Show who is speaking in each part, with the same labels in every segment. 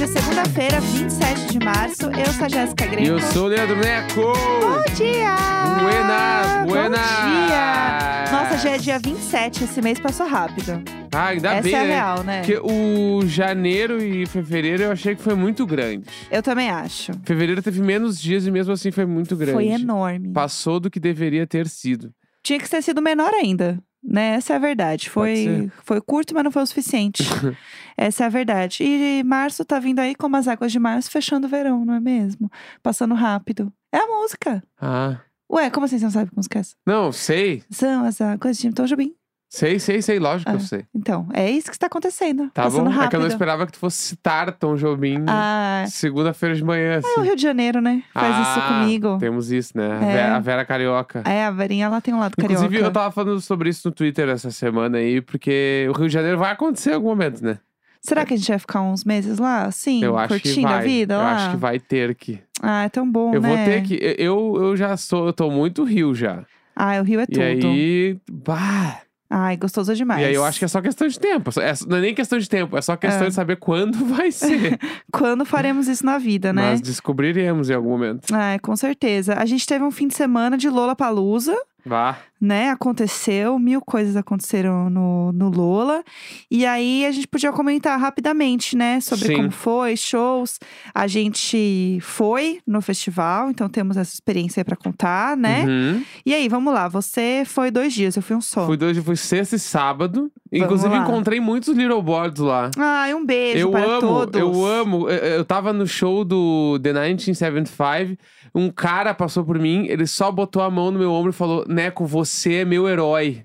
Speaker 1: um é segunda-feira, 27 de março. Eu sou a Jéssica
Speaker 2: E
Speaker 1: Greco.
Speaker 2: eu sou o Leandro Neco!
Speaker 1: Bom dia!
Speaker 2: Buenas, buenas!
Speaker 1: Bom dia! Nossa, já é dia 27, esse mês passou rápido.
Speaker 2: Ah, ainda
Speaker 1: Essa
Speaker 2: bem,
Speaker 1: é a
Speaker 2: né?
Speaker 1: real, né?
Speaker 2: Porque o janeiro e fevereiro eu achei que foi muito grande.
Speaker 1: Eu também acho.
Speaker 2: Fevereiro teve menos dias e mesmo assim foi muito grande.
Speaker 1: Foi enorme.
Speaker 2: Passou do que deveria ter sido.
Speaker 1: Tinha que ter sido menor ainda. Né? Essa é a verdade. Foi,
Speaker 2: ser.
Speaker 1: foi curto, mas não foi o suficiente. Essa é a verdade. E março tá vindo aí como as águas de março, fechando o verão, não é mesmo? Passando rápido. É a música.
Speaker 2: Ah.
Speaker 1: Ué, como assim você não sabe que música é essa?
Speaker 2: Não, sei.
Speaker 1: São as águas de Tom Jobim.
Speaker 2: Sei, sei, sei. Lógico
Speaker 1: Ah,
Speaker 2: que eu sei.
Speaker 1: Então, é isso que está acontecendo.
Speaker 2: Tá
Speaker 1: passando
Speaker 2: bom?
Speaker 1: rápido.
Speaker 2: É que eu não esperava que tu fosse citar Tom Jobim
Speaker 1: Ah,
Speaker 2: segunda-feira de manhã.
Speaker 1: é o
Speaker 2: Assim.
Speaker 1: Rio de Janeiro, né? Faz isso
Speaker 2: Ah,
Speaker 1: comigo.
Speaker 2: Temos isso, né? A
Speaker 1: É.
Speaker 2: Vera- A Vera Carioca.
Speaker 1: É, a Verinha lá tem um lado carioca.
Speaker 2: Inclusive, eu tava falando sobre isso no Twitter essa semana aí, porque o Rio de Janeiro vai acontecer em algum momento, né?
Speaker 1: Será que a gente vai ficar uns meses lá, assim?
Speaker 2: eu acho
Speaker 1: curtindo
Speaker 2: que vai.
Speaker 1: a vida
Speaker 2: eu
Speaker 1: lá?
Speaker 2: acho que vai ter que.
Speaker 1: Ah, é tão bom,
Speaker 2: eu
Speaker 1: né?
Speaker 2: vou ter que. Eu, eu já sou, eu tô muito Rio já.
Speaker 1: Ah, o Rio é tudo.
Speaker 2: E aí. Bah!
Speaker 1: Ai, gostoso demais.
Speaker 2: E aí eu acho que é só questão de tempo. É só- não é nem questão de tempo, é só questão
Speaker 1: É.
Speaker 2: de saber quando vai ser.
Speaker 1: Quando faremos isso na vida, né?
Speaker 2: Nós descobriremos em algum momento.
Speaker 1: Ai, com certeza. A gente teve um fim de semana de Lola Palusa.
Speaker 2: Vá.
Speaker 1: né? Aconteceu, mil coisas aconteceram no, no Lola. E aí a gente podia comentar rapidamente, né? Sobre
Speaker 2: Sim.
Speaker 1: como foi, shows. A gente foi no festival, então temos essa experiência aí pra contar, né?
Speaker 2: Uhum.
Speaker 1: E aí, vamos lá. Você foi dois dias, eu fui um só.
Speaker 2: Fui dois, fui sexta e sábado. Inclusive,
Speaker 1: lá.
Speaker 2: encontrei muitos Little Boards lá.
Speaker 1: Ai, um beijo
Speaker 2: eu
Speaker 1: para
Speaker 2: amo,
Speaker 1: todos.
Speaker 2: eu amo. Eu- Eu tava no show do The 1975. Um cara passou por mim, ele só botou a mão no meu ombro e falou: Neco, você é meu herói.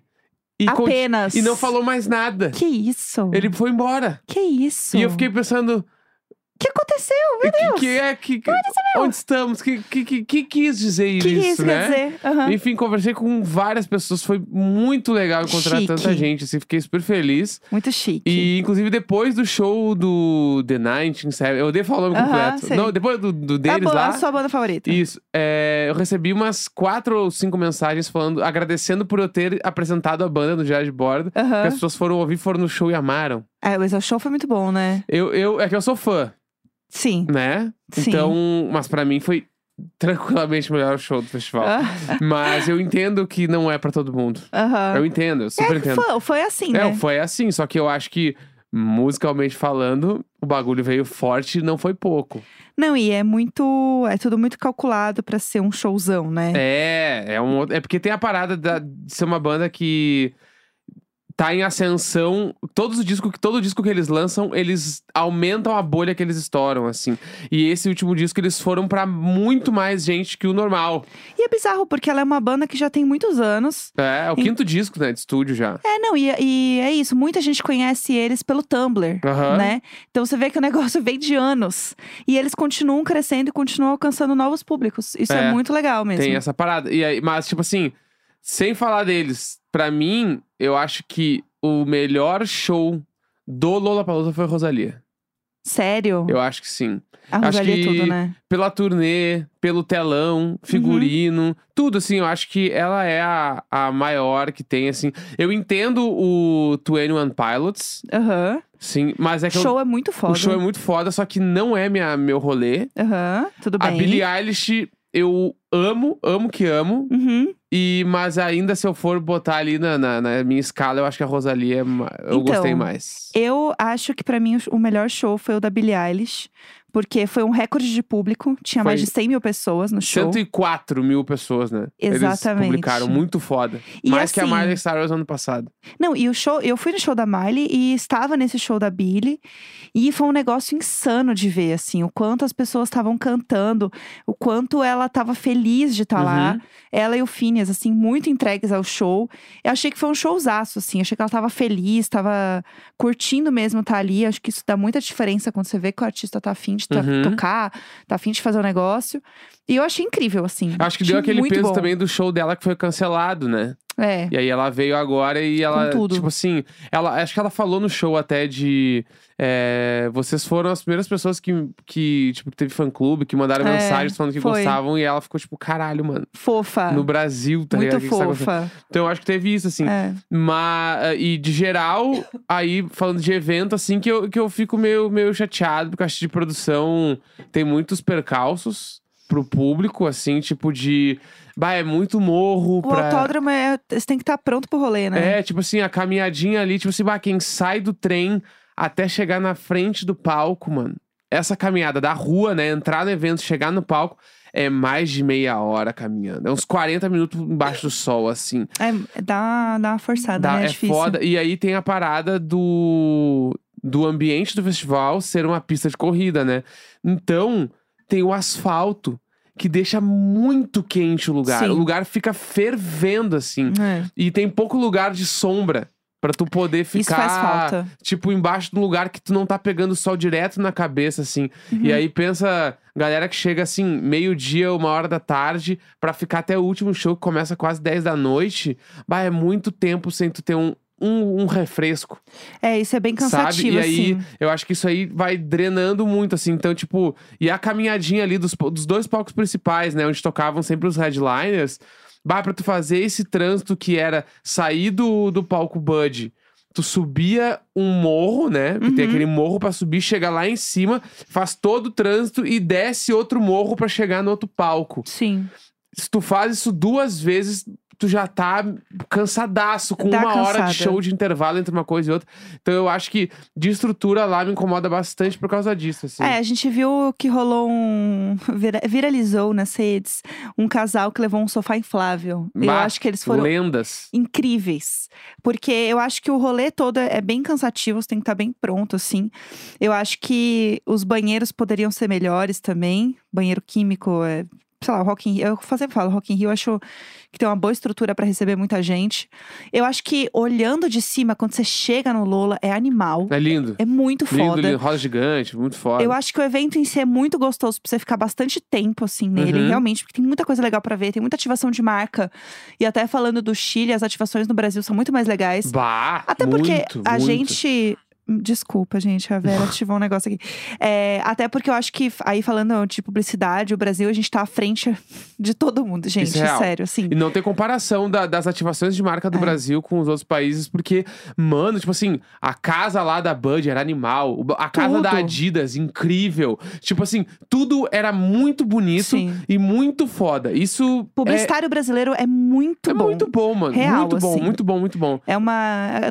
Speaker 2: E, conti-
Speaker 1: Apenas.
Speaker 2: e não falou mais nada.
Speaker 1: Que isso?
Speaker 2: Ele foi embora.
Speaker 1: Que isso?
Speaker 2: E eu fiquei pensando:
Speaker 1: O que aconteceu?
Speaker 2: "E que, que é? Que, que- onde estamos? O que, que, que, que quis dizer
Speaker 1: O que, que
Speaker 2: isso,
Speaker 1: isso
Speaker 2: né?
Speaker 1: quer dizer? Aham.
Speaker 2: Enfim, conversei com várias pessoas, foi muito legal encontrar
Speaker 1: Chique.
Speaker 2: tanta gente, assim, fiquei super feliz.
Speaker 1: Muito chique.
Speaker 2: E, inclusive, depois do show do The 1970, eu odeio falar o nome
Speaker 1: Aham,
Speaker 2: completo.
Speaker 1: sei.
Speaker 2: Não, depois do, do
Speaker 1: Ah,
Speaker 2: deles
Speaker 1: bom,
Speaker 2: lá.
Speaker 1: a sua banda favorita.
Speaker 2: Isso. é, eu recebi umas quatro ou cinco mensagens falando, agradecendo por eu ter apresentado a banda no Diário de Bordo.
Speaker 1: Aham.
Speaker 2: Que as pessoas foram ouvir, foram no show e amaram.
Speaker 1: É, mas o show foi muito bom, né?
Speaker 2: Eu, eu, é que eu sou fã,
Speaker 1: Sim.
Speaker 2: né?
Speaker 1: Sim.
Speaker 2: Então, mas pra mim foi tranquilamente o melhor show do festival.
Speaker 1: Ah,
Speaker 2: Mas eu entendo que não é pra todo mundo.
Speaker 1: Aham.
Speaker 2: Eu entendo, eu super
Speaker 1: É,
Speaker 2: entendo.
Speaker 1: foi, foi assim,
Speaker 2: É,
Speaker 1: né?
Speaker 2: foi assim, só que eu acho que, musicalmente falando, o bagulho veio forte e não foi pouco.
Speaker 1: Não, e é muito. É tudo muito calculado pra ser um showzão, né?
Speaker 2: É, é, um, outro- é porque tem a parada da- de ser uma banda que tá em ascensão. Todos os discos, todo disco que eles lançam, eles aumentam a bolha que eles estouram, assim. E esse último disco, eles foram pra muito mais gente que o normal.
Speaker 1: E é bizarro, porque ela é uma banda que já tem muitos anos.
Speaker 2: É, é o
Speaker 1: E-
Speaker 2: quinto disco, né, de estúdio já.
Speaker 1: É, não, e, e é isso. Muita gente conhece eles pelo Tumblr,
Speaker 2: Aham.
Speaker 1: né? Então você vê que o negócio vem de anos. E eles continuam crescendo e continuam alcançando novos públicos. Isso é,
Speaker 2: É.
Speaker 1: muito legal mesmo.
Speaker 2: Tem essa parada. E aí, mas, tipo assim, sem falar deles, pra mim, eu acho que o melhor show do Lollapalooza foi a Rosalia.
Speaker 1: Sério?
Speaker 2: Eu acho que sim.
Speaker 1: A
Speaker 2: acho
Speaker 1: Rosalia é
Speaker 2: que-
Speaker 1: tudo, né?
Speaker 2: Pela turnê, pelo
Speaker 1: Uhum.
Speaker 2: telão, figurino, tudo assim. Eu acho que ela é a, a maior que tem, assim. Eu entendo o 21 Pilots,
Speaker 1: Aham.
Speaker 2: sim, mas é que eu-
Speaker 1: show é muito foda.
Speaker 2: o show é muito foda, só que não é minha, meu rolê.
Speaker 1: Aham, tudo
Speaker 2: A
Speaker 1: bem.
Speaker 2: Billie Eilish, eu amo, amo que amo.
Speaker 1: Uhum.
Speaker 2: E, mas ainda se eu for botar ali na, na- na minha escala, eu acho que a Rosalia é ma- eu
Speaker 1: Então,
Speaker 2: gostei mais.
Speaker 1: Eu acho que pra mim o- o melhor show foi o da Billie Eilish, porque foi um recorde de público, tinha mais
Speaker 2: Foi
Speaker 1: de 100 mil pessoas no show.
Speaker 2: 104 mil pessoas, né?
Speaker 1: Exatamente.
Speaker 2: Eles publicaram muito foda.
Speaker 1: E
Speaker 2: mais que a
Speaker 1: assim-
Speaker 2: Miley Cyrus ano passado.
Speaker 1: Não, e o show, eu fui no show da Miley e estava nesse show da Billie, e foi um negócio insano de ver assim, o quanto as pessoas estavam cantando, o quanto ela estava feliz de estar lá,
Speaker 2: Uhum.
Speaker 1: ela e o Phineas assim, muito entregues ao show. Eu achei que foi um showzaço assim, achei que ela estava feliz, estava curtindo mesmo estar ali, acho que isso dá muita diferença quando você vê que o artista tá afim de to-
Speaker 2: Uhum.
Speaker 1: tocar, tá afim de fazer um negócio. E eu achei incrível assim.
Speaker 2: Acho que deu
Speaker 1: achei
Speaker 2: aquele
Speaker 1: muito
Speaker 2: peso
Speaker 1: bom.
Speaker 2: também do show dela que foi cancelado, né?
Speaker 1: É.
Speaker 2: E aí ela veio agora e ela,
Speaker 1: tudo.
Speaker 2: tipo assim, ela acho que ela falou no show até de é, vocês foram as primeiras pessoas que, que tipo, que teve fã clube, que mandaram
Speaker 1: É,
Speaker 2: mensagens falando que
Speaker 1: foi.
Speaker 2: gostavam, e ela ficou, tipo, caralho, mano,
Speaker 1: Fofa.
Speaker 2: no Brasil, tá
Speaker 1: muito
Speaker 2: ligado? O que que tá acontecendo?
Speaker 1: fofa.
Speaker 2: então eu acho que teve isso, assim.
Speaker 1: É.
Speaker 2: Mas, eh, e de geral, aí falando de evento, assim, que eu, que eu fico meio, meio chateado, porque eu acho que de produção tem muitos percalços pro público, assim, tipo de. Bah, é muito morro
Speaker 1: O
Speaker 2: pra.
Speaker 1: autódromo é. Você tem que estar pronto pro rolê, né?
Speaker 2: É, tipo assim, a caminhadinha ali, tipo assim, bah, quem sai do trem até chegar na frente do palco, mano. Essa caminhada da rua, né? Entrar no evento, chegar no palco, é mais de meia hora caminhando. É uns 40 minutos embaixo do sol, assim.
Speaker 1: É, dá, dá uma forçada,
Speaker 2: Dá-
Speaker 1: né?
Speaker 2: é
Speaker 1: difícil.
Speaker 2: foda. E aí tem a parada do, do ambiente do festival ser uma pista de corrida, né? Então, tem o asfalto, que deixa muito quente o lugar.
Speaker 1: Sim.
Speaker 2: O lugar fica fervendo, assim.
Speaker 1: É.
Speaker 2: E tem pouco lugar de sombra pra tu poder ficar,
Speaker 1: Isso faz falta.
Speaker 2: tipo, embaixo de um lugar que tu não tá pegando sol direto na cabeça, assim. E aí pensa, galera que chega assim, meio-dia, uma hora da tarde, pra ficar até o último show que começa quase 10 da noite. Bah, é muito tempo sem tu ter um, um, um refresco,
Speaker 1: É, isso é bem cansativo,
Speaker 2: sabe? E aí,
Speaker 1: assim.
Speaker 2: eu acho que isso aí vai drenando muito, assim. Então, tipo, e a caminhadinha ali dos, po- dos dois palcos principais, né? Onde tocavam sempre os headliners. Bah, pra tu fazer esse trânsito que era sair do, do palco Bud. Tu subia um morro, né? Que tem
Speaker 1: Uhum.
Speaker 2: aquele morro pra subir, chega lá em cima, faz todo o trânsito e desce outro morro pra chegar no outro palco.
Speaker 1: Sim.
Speaker 2: Se tu faz isso duas vezes, tu já tá cansadaço, com
Speaker 1: Dá
Speaker 2: uma hora
Speaker 1: Tá cansada.
Speaker 2: de show de intervalo entre uma coisa e outra. Então eu acho que de estrutura lá me incomoda bastante por causa disso, assim.
Speaker 1: É, a gente viu que rolou um. vira- viralizou nas redes um casal que levou um sofá inflável. Eu
Speaker 2: Bah,
Speaker 1: acho que eles foram
Speaker 2: Lendas.
Speaker 1: incríveis. Porque eu acho que o rolê todo é bem cansativo, você tem que estar bem pronto, assim. Eu acho que os banheiros poderiam ser melhores também. Banheiro químico é. Sei lá, o Rock in Rio, eu sempre falo, Rock in Rio eu acho que tem uma boa estrutura pra receber muita gente. Eu acho que olhando de cima, quando você chega no Lola, é animal.
Speaker 2: É lindo.
Speaker 1: É muito
Speaker 2: lindo,
Speaker 1: foda.
Speaker 2: lindo. Rosa gigante, muito foda.
Speaker 1: Eu acho que o evento em si é muito gostoso pra você ficar bastante tempo, assim, nele,
Speaker 2: Uhum.
Speaker 1: realmente, porque tem muita coisa legal pra ver, tem muita ativação de marca. E até falando do Chile, as ativações no Brasil são muito mais legais.
Speaker 2: Bah,
Speaker 1: até porque
Speaker 2: muito,
Speaker 1: a
Speaker 2: muito.
Speaker 1: gente. Desculpa, gente, a Vera ativou um negócio aqui. É, até porque eu acho que, aí falando de publicidade, o Brasil, a gente tá à frente de todo mundo, gente.
Speaker 2: Isso é real.
Speaker 1: sério, assim.
Speaker 2: E não tem comparação da- das ativações de marca do
Speaker 1: É.
Speaker 2: Brasil com os outros países, porque, mano, tipo assim, a casa lá da Bud era animal, o ba- a casa
Speaker 1: Tudo.
Speaker 2: da Adidas, incrível. Tipo assim, tudo era muito bonito
Speaker 1: Sim.
Speaker 2: e muito foda. Isso é,
Speaker 1: Publicitário brasileiro é muito
Speaker 2: é
Speaker 1: bom.
Speaker 2: muito bom, mano.
Speaker 1: Real,
Speaker 2: muito bom,
Speaker 1: assim.
Speaker 2: muito bom, muito bom.
Speaker 1: É uma.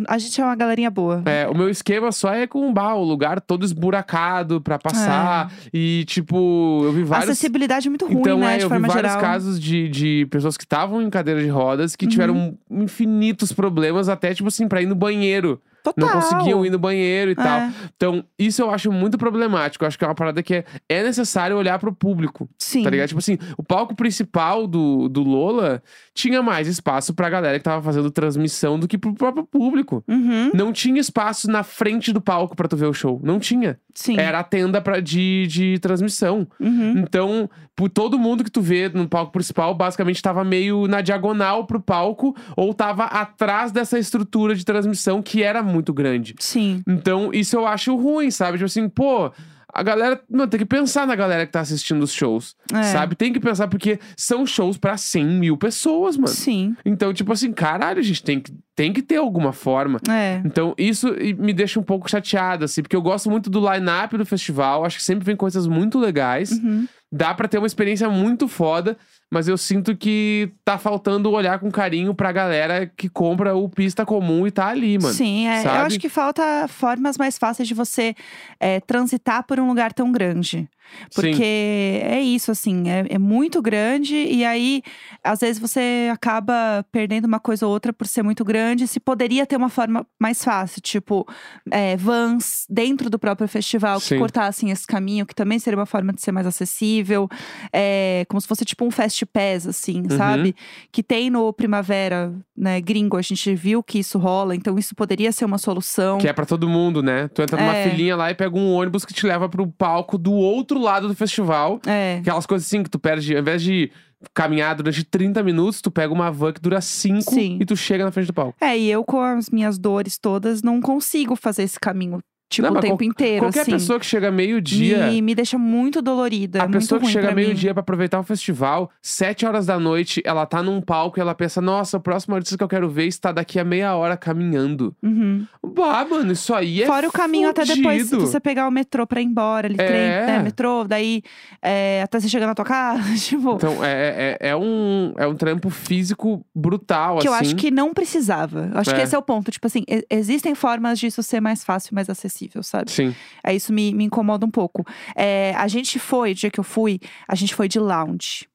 Speaker 1: A gente é uma galerinha boa.
Speaker 2: É, o meu esquema só é com bah, o lugar todo esburacado pra passar.
Speaker 1: É.
Speaker 2: E, tipo, eu vi vários.
Speaker 1: Acessibilidade é muito ruim,
Speaker 2: Então,
Speaker 1: né?
Speaker 2: é,
Speaker 1: de
Speaker 2: eu vi
Speaker 1: forma
Speaker 2: vários
Speaker 1: geral. Uhum.
Speaker 2: casos de, de pessoas que estavam em cadeira de rodas que tiveram infinitos problemas, até, tipo assim, pra ir no banheiro.
Speaker 1: Total.
Speaker 2: Não conseguiam ir no banheiro e tal.
Speaker 1: É,
Speaker 2: Então, isso eu acho muito problemático. Eu acho que é uma parada que é, é necessário olhar pro público,
Speaker 1: Sim.
Speaker 2: tá ligado? Tipo assim, o palco principal do, do Lola tinha mais espaço pra galera que tava fazendo transmissão do que pro próprio público.
Speaker 1: Uhum,
Speaker 2: Não tinha espaço na frente do palco pra tu ver o show. Não tinha.
Speaker 1: sim.
Speaker 2: Era a tenda pra, de, de transmissão.
Speaker 1: Uhum.
Speaker 2: Então, por todo mundo que tu vê no palco principal, basicamente tava meio na diagonal pro palco ou tava atrás dessa estrutura de transmissão que era muito grande.
Speaker 1: Sim.
Speaker 2: Então, isso eu acho ruim, sabe? Tipo assim, pô, a galera, mano, tem que pensar na galera que tá assistindo os shows,
Speaker 1: É.
Speaker 2: sabe? Tem que pensar porque são shows pra 100 mil pessoas, mano.
Speaker 1: Sim.
Speaker 2: Então, tipo assim, caralho, a gente tem que, tem que ter alguma forma.
Speaker 1: É.
Speaker 2: Então, isso e- me deixa um pouco chateado, assim, porque eu gosto muito do line-up do festival, acho que sempre vem coisas muito legais
Speaker 1: Uhum.
Speaker 2: dá pra ter uma experiência muito foda, mas eu sinto que tá faltando olhar com carinho pra galera que compra o pista comum e tá ali, mano.
Speaker 1: Sim, é.
Speaker 2: sabe?
Speaker 1: eu acho que falta formas mais fáceis de você é, transitar por um lugar tão grande. Porque
Speaker 2: Sim.
Speaker 1: é isso, assim, é, é muito grande e aí, às vezes, você acaba perdendo uma coisa ou outra por ser muito grande. Se poderia ter uma forma mais fácil, tipo, é, vans dentro do próprio festival
Speaker 2: Sim.
Speaker 1: que cortassem esse caminho, que também seria uma forma de ser mais incrível. É, como se fosse tipo um fast pass, assim,
Speaker 2: Uhum.
Speaker 1: sabe? Que tem no Primavera, né, gringo. A gente viu que isso rola, então isso poderia ser uma solução.
Speaker 2: Que é pra todo mundo, né? Tu entra numa
Speaker 1: É.
Speaker 2: filinha lá e pega um ônibus que te leva pro palco do outro lado do festival.
Speaker 1: É.
Speaker 2: Aquelas coisas assim que tu perde, ao invés de caminhar durante 30 minutos, tu pega uma van que dura 5
Speaker 1: Sim.
Speaker 2: e tu chega na frente do palco.
Speaker 1: É, e eu com as minhas dores todas não consigo fazer esse caminho, tipo,
Speaker 2: Não,
Speaker 1: o
Speaker 2: mas
Speaker 1: tempo
Speaker 2: qual-
Speaker 1: inteiro,
Speaker 2: Qualquer
Speaker 1: assim.
Speaker 2: pessoa que chega meio-dia.
Speaker 1: Me, me deixa muito dolorida. é
Speaker 2: A
Speaker 1: muito
Speaker 2: pessoa que
Speaker 1: ruim
Speaker 2: chega
Speaker 1: pra mim.
Speaker 2: meio-dia pra aproveitar o festival, sete horas da noite, ela tá num palco e ela pensa: nossa, o próximo artista que eu quero ver está daqui a meia hora caminhando.
Speaker 1: Uhum.
Speaker 2: Bah, mano, isso aí é.
Speaker 1: Fora o caminho até depois, se
Speaker 2: fudido.
Speaker 1: você pegar o metrô pra ir embora, ele
Speaker 2: É.
Speaker 1: trem, né, metrô, daí é, até você chegar na tua casa, tipo.
Speaker 2: Então, é, é, é, um, é um trampo físico brutal,
Speaker 1: que eu
Speaker 2: assim.
Speaker 1: acho que não precisava. Eu acho
Speaker 2: É.
Speaker 1: que esse é o ponto. Tipo assim, e- existem formas disso ser mais fácil, mais acessível, sabe?
Speaker 2: Sim.
Speaker 1: É isso me, me incomoda um pouco. É, a gente foi, o dia que eu fui, a gente foi de lounge.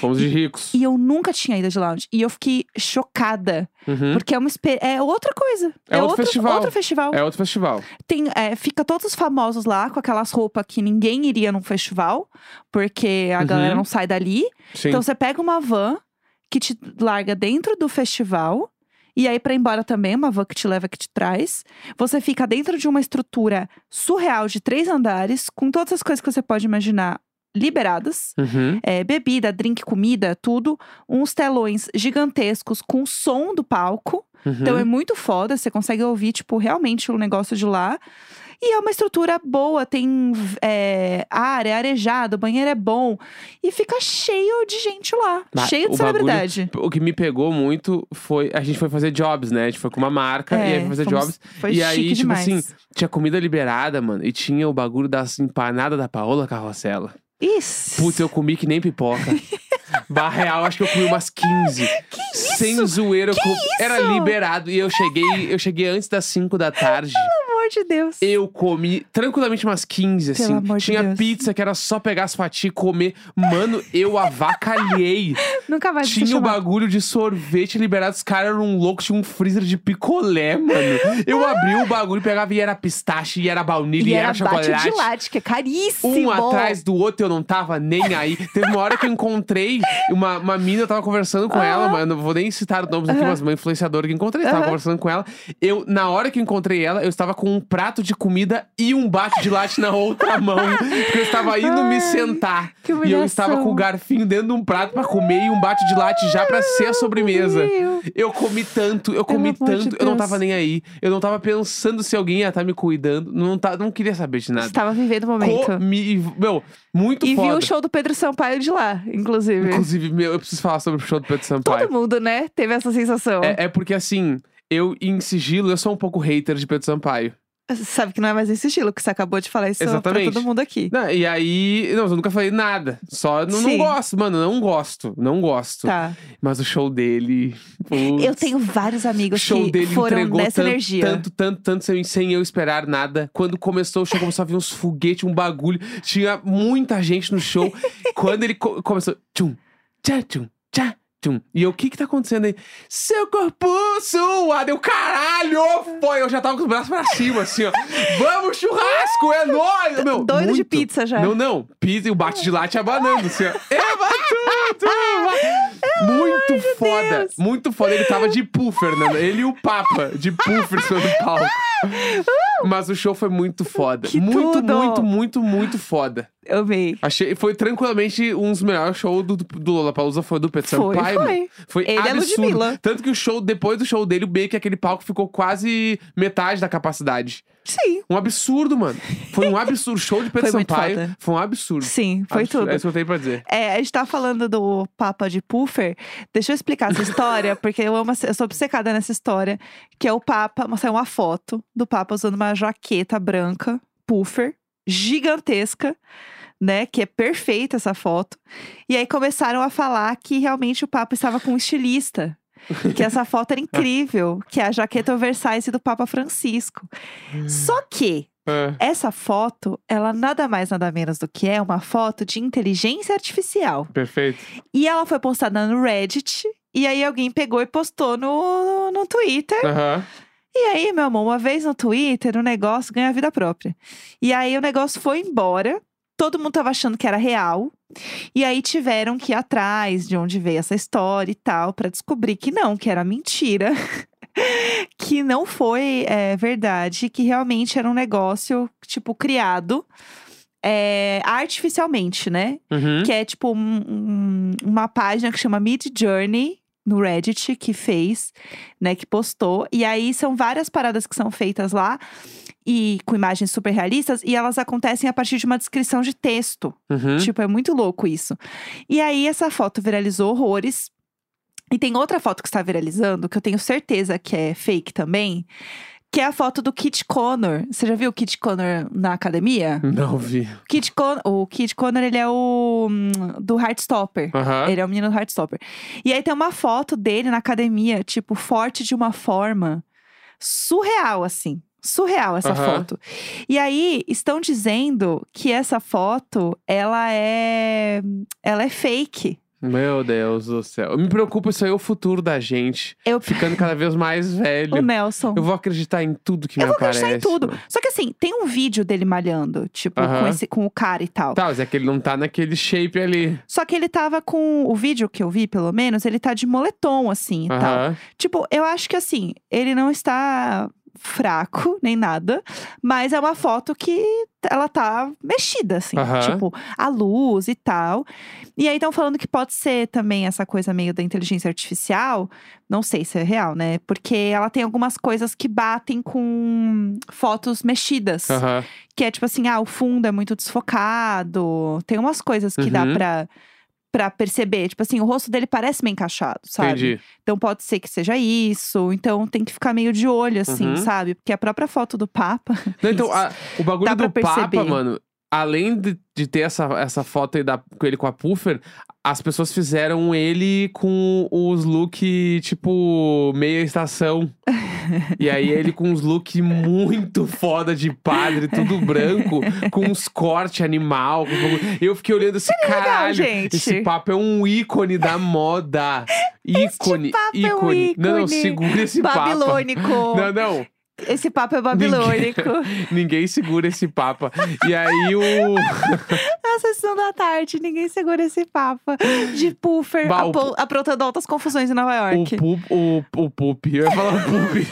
Speaker 2: Fomos de ricos.
Speaker 1: E eu nunca tinha ido de lounge. E eu fiquei chocada.
Speaker 2: Uhum.
Speaker 1: Porque é uma espe- é outra coisa.
Speaker 2: É outro festival.
Speaker 1: Outro festival.
Speaker 2: É outro festival.
Speaker 1: Tem, é, fica todos os famosos lá com aquelas roupas que ninguém iria num festival, porque a
Speaker 2: Uhum.
Speaker 1: galera não sai dali.
Speaker 2: Sim.
Speaker 1: Então você pega uma van que te larga dentro do festival. E aí, pra ir embora também, é uma van que te leva, que te traz. Você fica dentro de uma estrutura surreal de três andares, com todas as coisas que você pode imaginar liberadas.
Speaker 2: Uhum.
Speaker 1: É, bebida, drink, comida, tudo. Uns telões gigantescos com som do palco.
Speaker 2: Uhum.
Speaker 1: Então é muito foda, você consegue ouvir, tipo, realmente o negócio de lá. E é uma estrutura boa, tem é, ar, é arejado, o banheiro é bom. E fica cheio de gente lá.
Speaker 2: Mas
Speaker 1: cheio de
Speaker 2: o bagulho-
Speaker 1: celebridade.
Speaker 2: O que me pegou muito foi. A gente foi fazer jobs, né? A gente foi com uma marca e aí foi fazer
Speaker 1: É, fomos-
Speaker 2: jobs.
Speaker 1: Foi
Speaker 2: e
Speaker 1: chique
Speaker 2: aí, tipo
Speaker 1: demais.
Speaker 2: assim, tinha comida liberada, mano. E tinha o bagulho das empanadas da Paola Carrossela.
Speaker 1: Isso!
Speaker 2: Putz, eu comi que nem pipoca. Bah, real, acho que eu comi umas 15. Que isso? Sem zoeira, eu comi. Era liberado. E eu cheguei, eu cheguei antes das 5 da tarde.
Speaker 1: Pelo amor de Deus.
Speaker 2: Eu comi tranquilamente umas 15, assim.
Speaker 1: Pelo amor de
Speaker 2: Tinha
Speaker 1: Deus.
Speaker 2: pizza que era só pegar as fatias e comer. Mano, eu avacalhei.
Speaker 1: Nunca mais vou ser
Speaker 2: Tinha o
Speaker 1: chamada.
Speaker 2: bagulho de sorvete liberado, os caras eram loucos, tinha um freezer de picolé, mano. Eu abri o bagulho, pegava e era pistache, e era baunilha,
Speaker 1: E
Speaker 2: e era,
Speaker 1: era bate
Speaker 2: chocolate.
Speaker 1: de latte, que é caríssimo.
Speaker 2: Um atrás do outro, eu não tava nem aí. Teve uma hora que eu encontrei uma, uma mina, eu tava conversando com ela, mas eu não vou nem citar o nome aqui, mas uma influenciadora que eu encontrei, tava
Speaker 1: Aham.
Speaker 2: conversando com ela. Eu, na hora que eu encontrei ela, eu estava com um prato de comida e um bate de latte na outra mão. Porque eu estava indo me
Speaker 1: Ai,
Speaker 2: sentar.
Speaker 1: que
Speaker 2: e eu estava
Speaker 1: humilhação.
Speaker 2: com o garfinho dentro de um prato pra comer e um bate de latte já pra ser a sobremesa.
Speaker 1: Meu.
Speaker 2: Eu comi tanto, eu
Speaker 1: Pelo
Speaker 2: comi
Speaker 1: amor de
Speaker 2: tanto, eu não
Speaker 1: Deus.
Speaker 2: tava nem aí. Eu não tava pensando se alguém ia estar me cuidando. Não, tá, não queria saber de nada.
Speaker 1: Você tava vivendo o momento.
Speaker 2: Comi, e- meu, muito
Speaker 1: e
Speaker 2: foda.
Speaker 1: viu o show do Pedro Sampaio de lá, inclusive.
Speaker 2: Inclusive, meu, eu preciso falar sobre o show do Pedro Sampaio.
Speaker 1: Todo mundo, né? Teve essa sensação.
Speaker 2: É, é porque assim, eu em sigilo, eu sou um pouco hater de Pedro Sampaio.
Speaker 1: Você sabe que não é mais esse estilo que você acabou de falar isso
Speaker 2: Exatamente.
Speaker 1: pra todo mundo aqui.
Speaker 2: Não, e aí, não, eu nunca falei nada. Só não, não
Speaker 1: Sim.
Speaker 2: gosto, mano, não gosto, não gosto.
Speaker 1: Tá.
Speaker 2: Mas o show dele. putz,
Speaker 1: Eu tenho vários
Speaker 2: O
Speaker 1: amigos
Speaker 2: show
Speaker 1: que
Speaker 2: dele
Speaker 1: foram
Speaker 2: entregou
Speaker 1: dessa
Speaker 2: tanto,
Speaker 1: energia.
Speaker 2: tanto, tanto, tanto, sem, sem eu esperar nada. Quando começou o show, começou a vir uns foguetes, um bagulho. Tinha muita gente no show. Quando ele co- começou... Tchum, tchá, tchum, tchá, tchum. E eu, o que que tá acontecendo aí? Seu corpo suado. Eu, caralho, foi. Eu já tava com os braços pra cima, assim, ó. Vamos, churrasco, é nóis. Meu,
Speaker 1: Doido de
Speaker 2: muito.
Speaker 1: pizza já.
Speaker 2: Não, não. Pizza e o bate de latte abanando, assim, ó. Eva, tu, tu, vai. Muito foda.
Speaker 1: Deus.
Speaker 2: Muito foda. Ele tava de puffer, né? Ele e o Papa, de puffer sobre o palco. Mas o show foi muito foda.
Speaker 1: Que
Speaker 2: muito,
Speaker 1: tudo.
Speaker 2: muito, muito, muito foda.
Speaker 1: Eu amei.
Speaker 2: Achei, foi tranquilamente um dos melhores shows do, do Lollapalooza, foi o do Pedro
Speaker 1: Foi,
Speaker 2: Sampaio.
Speaker 1: foi.
Speaker 2: mano. Foi
Speaker 1: Ele é
Speaker 2: absurdo.
Speaker 1: Ludmilla.
Speaker 2: Tanto que o show, depois do show dele, o B, que é aquele palco ficou quase metade da capacidade.
Speaker 1: Sim.
Speaker 2: Um absurdo, mano. Foi um absurdo. O show de Pedro
Speaker 1: Foi muito
Speaker 2: Sampaio
Speaker 1: foda.
Speaker 2: foi um absurdo.
Speaker 1: Sim, foi
Speaker 2: Absurdo.
Speaker 1: tudo.
Speaker 2: É isso que eu tenho pra dizer.
Speaker 1: É, a gente tá falando do Papa de Puffer. Deixa eu explicar essa história, porque eu amo, essa- eu sou obcecada nessa história. Que é o Papa, saiu uma foto do Papa usando uma jaqueta branca, Puffer, gigantesca, né? Que é perfeita essa foto. E aí começaram a falar que realmente o Papa estava com um estilista. Que essa foto era incrível, que é a jaqueta oversize do Papa Francisco. Só que
Speaker 2: É.
Speaker 1: essa foto, ela nada mais nada menos do que é uma foto de inteligência artificial.
Speaker 2: Perfeito.
Speaker 1: E ela foi postada no Reddit. E aí alguém pegou e postou no, no Twitter.
Speaker 2: Aham.
Speaker 1: E aí, meu amor, uma vez no Twitter, o negócio ganha vida própria. E aí o negócio foi embora. todo mundo tava achando que era real. E aí tiveram que ir atrás de onde veio essa história e tal, pra descobrir que não, que era mentira. que não foi é, verdade, que realmente era um negócio, tipo, criado é, artificialmente, né?
Speaker 2: Uhum.
Speaker 1: Que é tipo um- um- uma página que chama Mid Journey no Reddit que fez, né, que postou. E aí são várias paradas que são feitas lá e com imagens super realistas e elas acontecem a partir de uma descrição de texto.
Speaker 2: uhum.
Speaker 1: Tipo, é muito louco isso. E aí, essa foto viralizou horrores. E tem outra foto que está viralizando, que eu tenho certeza que é fake também, que é a foto do Kit Connor. Você já viu o Kit Connor na academia?
Speaker 2: Não vi.
Speaker 1: O Kit, Con o Kit Connor, ele é o hum, do Heartstopper.
Speaker 2: Aham.
Speaker 1: Ele é o menino do Heartstopper. E aí tem uma foto dele na academia, tipo, forte de uma forma surreal, assim. Surreal essa
Speaker 2: Aham.
Speaker 1: foto. E aí estão dizendo que essa foto, ela é. Ela é fake.
Speaker 2: Meu Deus do céu. Me preocupa, isso aí é o futuro da gente.
Speaker 1: Eu.
Speaker 2: Ficando cada vez mais velho.
Speaker 1: O Nelson.
Speaker 2: Eu vou acreditar em tudo que
Speaker 1: Eu
Speaker 2: me
Speaker 1: vou
Speaker 2: aparece.
Speaker 1: acreditar em tudo.
Speaker 2: mano.
Speaker 1: Só que assim, tem um vídeo dele malhando, tipo, com,
Speaker 2: Aham.
Speaker 1: esse, com o cara e tal.
Speaker 2: Tá, mas é que ele não tá naquele shape ali.
Speaker 1: Só que ele tava com. O vídeo que eu vi, pelo menos, ele tá de moletom, assim e tal.
Speaker 2: Aham.
Speaker 1: Tipo, eu acho que assim, ele não está fraco nem nada, mas é uma foto que ela tá mexida, assim,
Speaker 2: Aham.
Speaker 1: tipo, a luz e tal. E aí estão falando que pode ser também essa coisa meio da inteligência artificial, não sei se é real, né? Porque ela tem algumas coisas que batem com fotos mexidas.
Speaker 2: Aham.
Speaker 1: Que é tipo assim, ah, o fundo é muito desfocado. Tem umas coisas que dá
Speaker 2: Uhum.
Speaker 1: pra, pra perceber. Tipo assim, o rosto dele parece meio encaixado, sabe?
Speaker 2: Entendi.
Speaker 1: Então pode ser que seja isso. Então tem que ficar meio de olho, assim,
Speaker 2: Uhum.
Speaker 1: sabe? Porque a própria foto do Papa.
Speaker 2: Não, então, a- o bagulho
Speaker 1: Dá pra
Speaker 2: do Papa,
Speaker 1: perceber.
Speaker 2: mano, além de, de ter essa, essa foto aí da, com ele com a Puffer, as pessoas fizeram ele com os look, tipo, meia estação. e aí ele com uns look muito foda de padre, tudo branco, com uns corte animal. com bagulho. Eu fiquei olhando esse caralho.
Speaker 1: é gente."
Speaker 2: Esse papo é um ícone da moda. Ícone,
Speaker 1: Papa é um
Speaker 2: ícone. Não, não,
Speaker 1: ícone.
Speaker 2: segura esse papo.
Speaker 1: babilônico!
Speaker 2: Não, não.
Speaker 1: Esse Papa é babilônico.
Speaker 2: Ninguém segura esse papa. E aí o.
Speaker 1: Na É sessão da tarde, ninguém segura esse Papa. De puffer,
Speaker 2: Bah, o
Speaker 1: apo- aprontando altas confusões em Nova
Speaker 2: O
Speaker 1: York.
Speaker 2: pup. O, o pup. Eu ia falar o pup.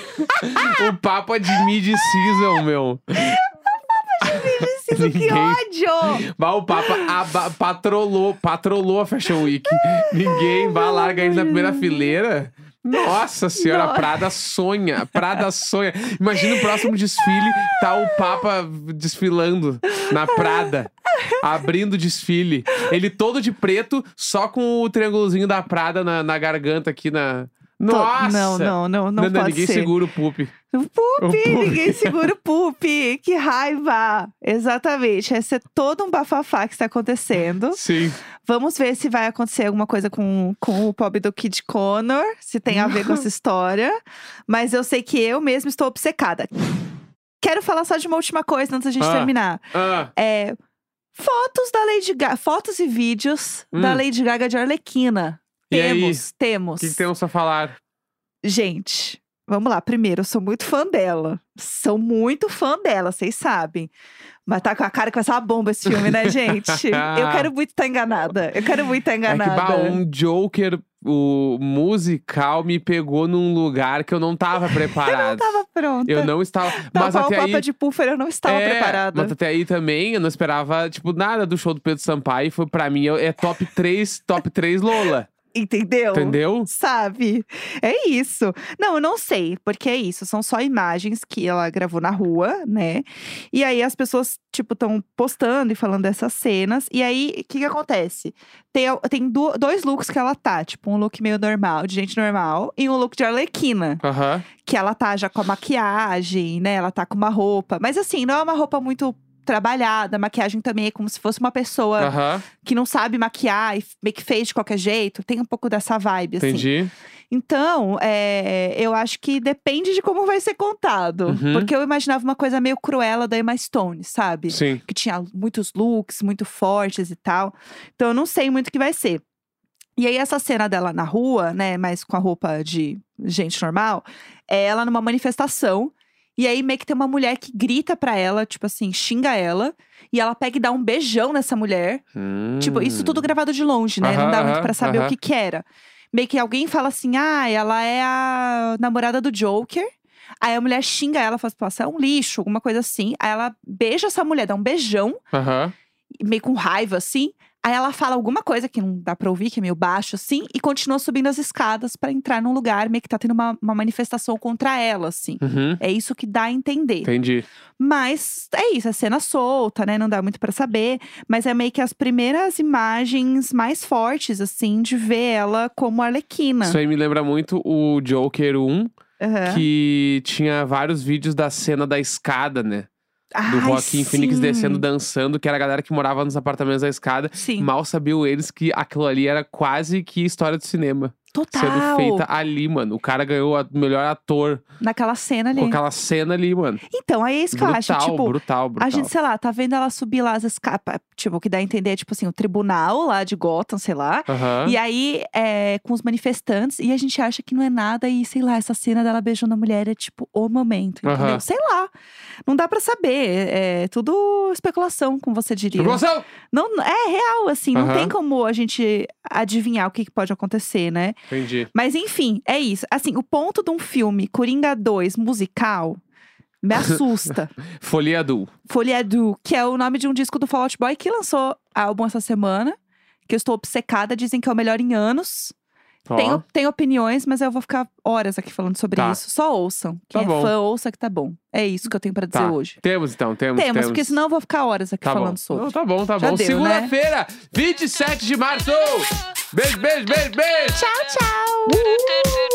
Speaker 2: o papa de mid-season, meu.
Speaker 1: Preciso, que
Speaker 2: ninguém-
Speaker 1: ódio!
Speaker 2: Bah, o papa aba- patrolou, patrolou a Fashion Week. Ninguém vai larga ele na primeira fileira. Nossa senhora,
Speaker 1: Nossa.
Speaker 2: Prada sonha. Prada sonha. Imagina o próximo desfile, tá o Papa desfilando na Prada. Abrindo o desfile. Ele todo de preto, só com o triângulozinho da Prada na, na garganta aqui na.
Speaker 1: Tô-
Speaker 2: Nossa!
Speaker 1: Não, não, não, não, pode
Speaker 2: ninguém
Speaker 1: ser.
Speaker 2: segura o pup.
Speaker 1: O
Speaker 2: O
Speaker 1: Pupi,
Speaker 2: Pupi.
Speaker 1: ninguém segura o Pupi. Que raiva! Exatamente. Esse é todo um bafafá que está acontecendo.
Speaker 2: Sim.
Speaker 1: Vamos ver se vai acontecer alguma coisa com, com o pobre do Kid Connor, se tem a ver com essa história. Mas eu sei que eu mesma estou obcecada. Quero falar só de uma última coisa antes da gente
Speaker 2: Ah.
Speaker 1: terminar.
Speaker 2: Ah,
Speaker 1: É, fotos da Lady Gaga, fotos e vídeos
Speaker 2: Hum.
Speaker 1: da Lady Gaga de Arlequina.
Speaker 2: E aí?
Speaker 1: Temos,
Speaker 2: o
Speaker 1: temos.
Speaker 2: que, um- que temos a falar?
Speaker 1: Gente, vamos lá. Primeiro, eu sou muito fã dela. Sou muito fã dela, vocês sabem. Mas tá com a cara que vai ser uma bomba esse filme, né, gente? eu quero muito estar enganada. Eu quero muito estar
Speaker 2: É que
Speaker 1: enganada.
Speaker 2: bah, um Joker o musical me pegou num lugar que eu não tava preparado.
Speaker 1: Eu tava pronta.
Speaker 2: Eu não estava.
Speaker 1: Tal
Speaker 2: mas
Speaker 1: qual
Speaker 2: até
Speaker 1: o Papa
Speaker 2: aí.
Speaker 1: de Puffer, eu não estava
Speaker 2: É,
Speaker 1: preparada.
Speaker 2: Mas até aí também, eu não esperava, tipo, nada do show do Pedro Sampaio. Foi pra mim, é é top 3, top 3 Lola.
Speaker 1: Entendeu?
Speaker 2: Entendeu?
Speaker 1: Sabe? É isso. Não, eu não sei, porque é isso. São só imagens que ela gravou na rua, né? E aí as pessoas, tipo, estão postando e falando dessas cenas. E aí, o que que acontece? Tem, al- tem du- dois looks que ela tá. Tipo, um look meio normal, de gente normal. E um look de arlequina.
Speaker 2: Aham.
Speaker 1: Que ela tá já com a maquiagem, né? Ela tá com uma roupa. Mas assim, não é uma roupa muito trabalhada. A maquiagem também é como se fosse uma pessoa
Speaker 2: Aham.
Speaker 1: que não sabe maquiar e f- meio que fez de qualquer jeito. Tem um pouco dessa vibe, assim.
Speaker 2: Entendi.
Speaker 1: Então, é, eu acho que depende de como vai ser contado.
Speaker 2: Uhum.
Speaker 1: Porque eu imaginava uma coisa meio cruela da Emma Stone, sabe?
Speaker 2: Sim.
Speaker 1: Que tinha muitos looks muito fortes e tal. Então, eu não sei muito o que vai ser. E aí, essa cena dela na rua, né? Mas com a roupa de gente normal, é ela numa manifestação. E aí meio que tem uma mulher que grita pra ela, tipo assim, xinga ela. E ela pega e dá um beijão nessa mulher.
Speaker 2: Hum.
Speaker 1: Tipo, isso tudo gravado de longe, né?
Speaker 2: Aham,
Speaker 1: Não dá
Speaker 2: aham,
Speaker 1: muito pra saber
Speaker 2: aham.
Speaker 1: o que que era. Meio que alguém fala assim, ah, ela é a namorada do Joker. Aí a mulher xinga ela, fala assim, "Pô, você é um lixo, alguma coisa assim. Aí ela beija essa mulher, dá um beijão,
Speaker 2: Hum, Aham.
Speaker 1: meio com raiva, assim. Aí ela fala alguma coisa que não dá pra ouvir, que é meio baixo, assim. E continua subindo as escadas pra entrar num lugar, meio que tá tendo uma, uma manifestação contra ela, assim.
Speaker 2: Uhum.
Speaker 1: É isso que dá a entender.
Speaker 2: Entendi.
Speaker 1: Mas é isso, é cena solta, né? Não dá muito pra saber. Mas é meio que as primeiras imagens mais fortes, assim, de ver ela como Arlequina.
Speaker 2: Isso aí me lembra muito o Joker 1,
Speaker 1: Aham.
Speaker 2: que tinha vários vídeos da cena da escada, né? Do
Speaker 1: Ai,
Speaker 2: Joaquim Phoenix
Speaker 1: sim.
Speaker 2: descendo, dançando, que era a galera que morava nos apartamentos da escada.
Speaker 1: Sim,
Speaker 2: Mal sabiam eles que aquilo ali era quase que história do cinema. Sendo
Speaker 1: total.
Speaker 2: feita ali, mano. O cara ganhou o melhor ator
Speaker 1: Naquela cena ali.
Speaker 2: com aquela cena ali, mano.
Speaker 1: Então, aí é isso que
Speaker 2: brutal,
Speaker 1: eu acho. Tipo,
Speaker 2: brutal, brutal.
Speaker 1: a gente, sei lá, tá vendo ela subir lá as escapas. Tipo, o que dá a entender é, tipo assim, o tribunal lá de Gotham, sei lá.
Speaker 2: Aham.
Speaker 1: E aí, é, com os manifestantes, e a gente acha que não é nada, e sei lá, essa cena dela beijando a mulher é tipo o momento, entendeu?
Speaker 2: Aham.
Speaker 1: Sei lá. Não dá pra saber. É tudo especulação, como você diria.
Speaker 2: População!
Speaker 1: Não, é real, assim, não
Speaker 2: Tipo, Aham.
Speaker 1: tem como a gente adivinhar o que, que pode acontecer, né?
Speaker 2: Entendi.
Speaker 1: Mas enfim, é isso. Assim, o ponto de um filme Coringa 2 musical me assusta.
Speaker 2: Folia Adul.
Speaker 1: Folia Du, que é o nome de um disco do Fall Out Boy que lançou álbum essa semana. Que eu estou obcecada, dizem que é o melhor em anos.
Speaker 2: Ó.
Speaker 1: Tem, tem opiniões, mas eu vou ficar horas aqui falando sobre
Speaker 2: Tá.
Speaker 1: isso. Só ouçam.
Speaker 2: Tá
Speaker 1: Quem é
Speaker 2: bom.
Speaker 1: fã, ouça que tá bom. É isso que eu tenho pra dizer
Speaker 2: Tá.
Speaker 1: hoje.
Speaker 2: Temos então, temos.
Speaker 1: Temos,
Speaker 2: Temos,
Speaker 1: porque senão eu vou ficar horas aqui
Speaker 2: tá
Speaker 1: falando
Speaker 2: bom.
Speaker 1: sobre.
Speaker 2: Não, tá bom, tá
Speaker 1: Já
Speaker 2: bom.
Speaker 1: deu, né?
Speaker 2: Segunda-feira, 27 de março! Beijo, Uh! beijo, beijo, beijo!
Speaker 1: Tchau, tchau!
Speaker 3: Uhul.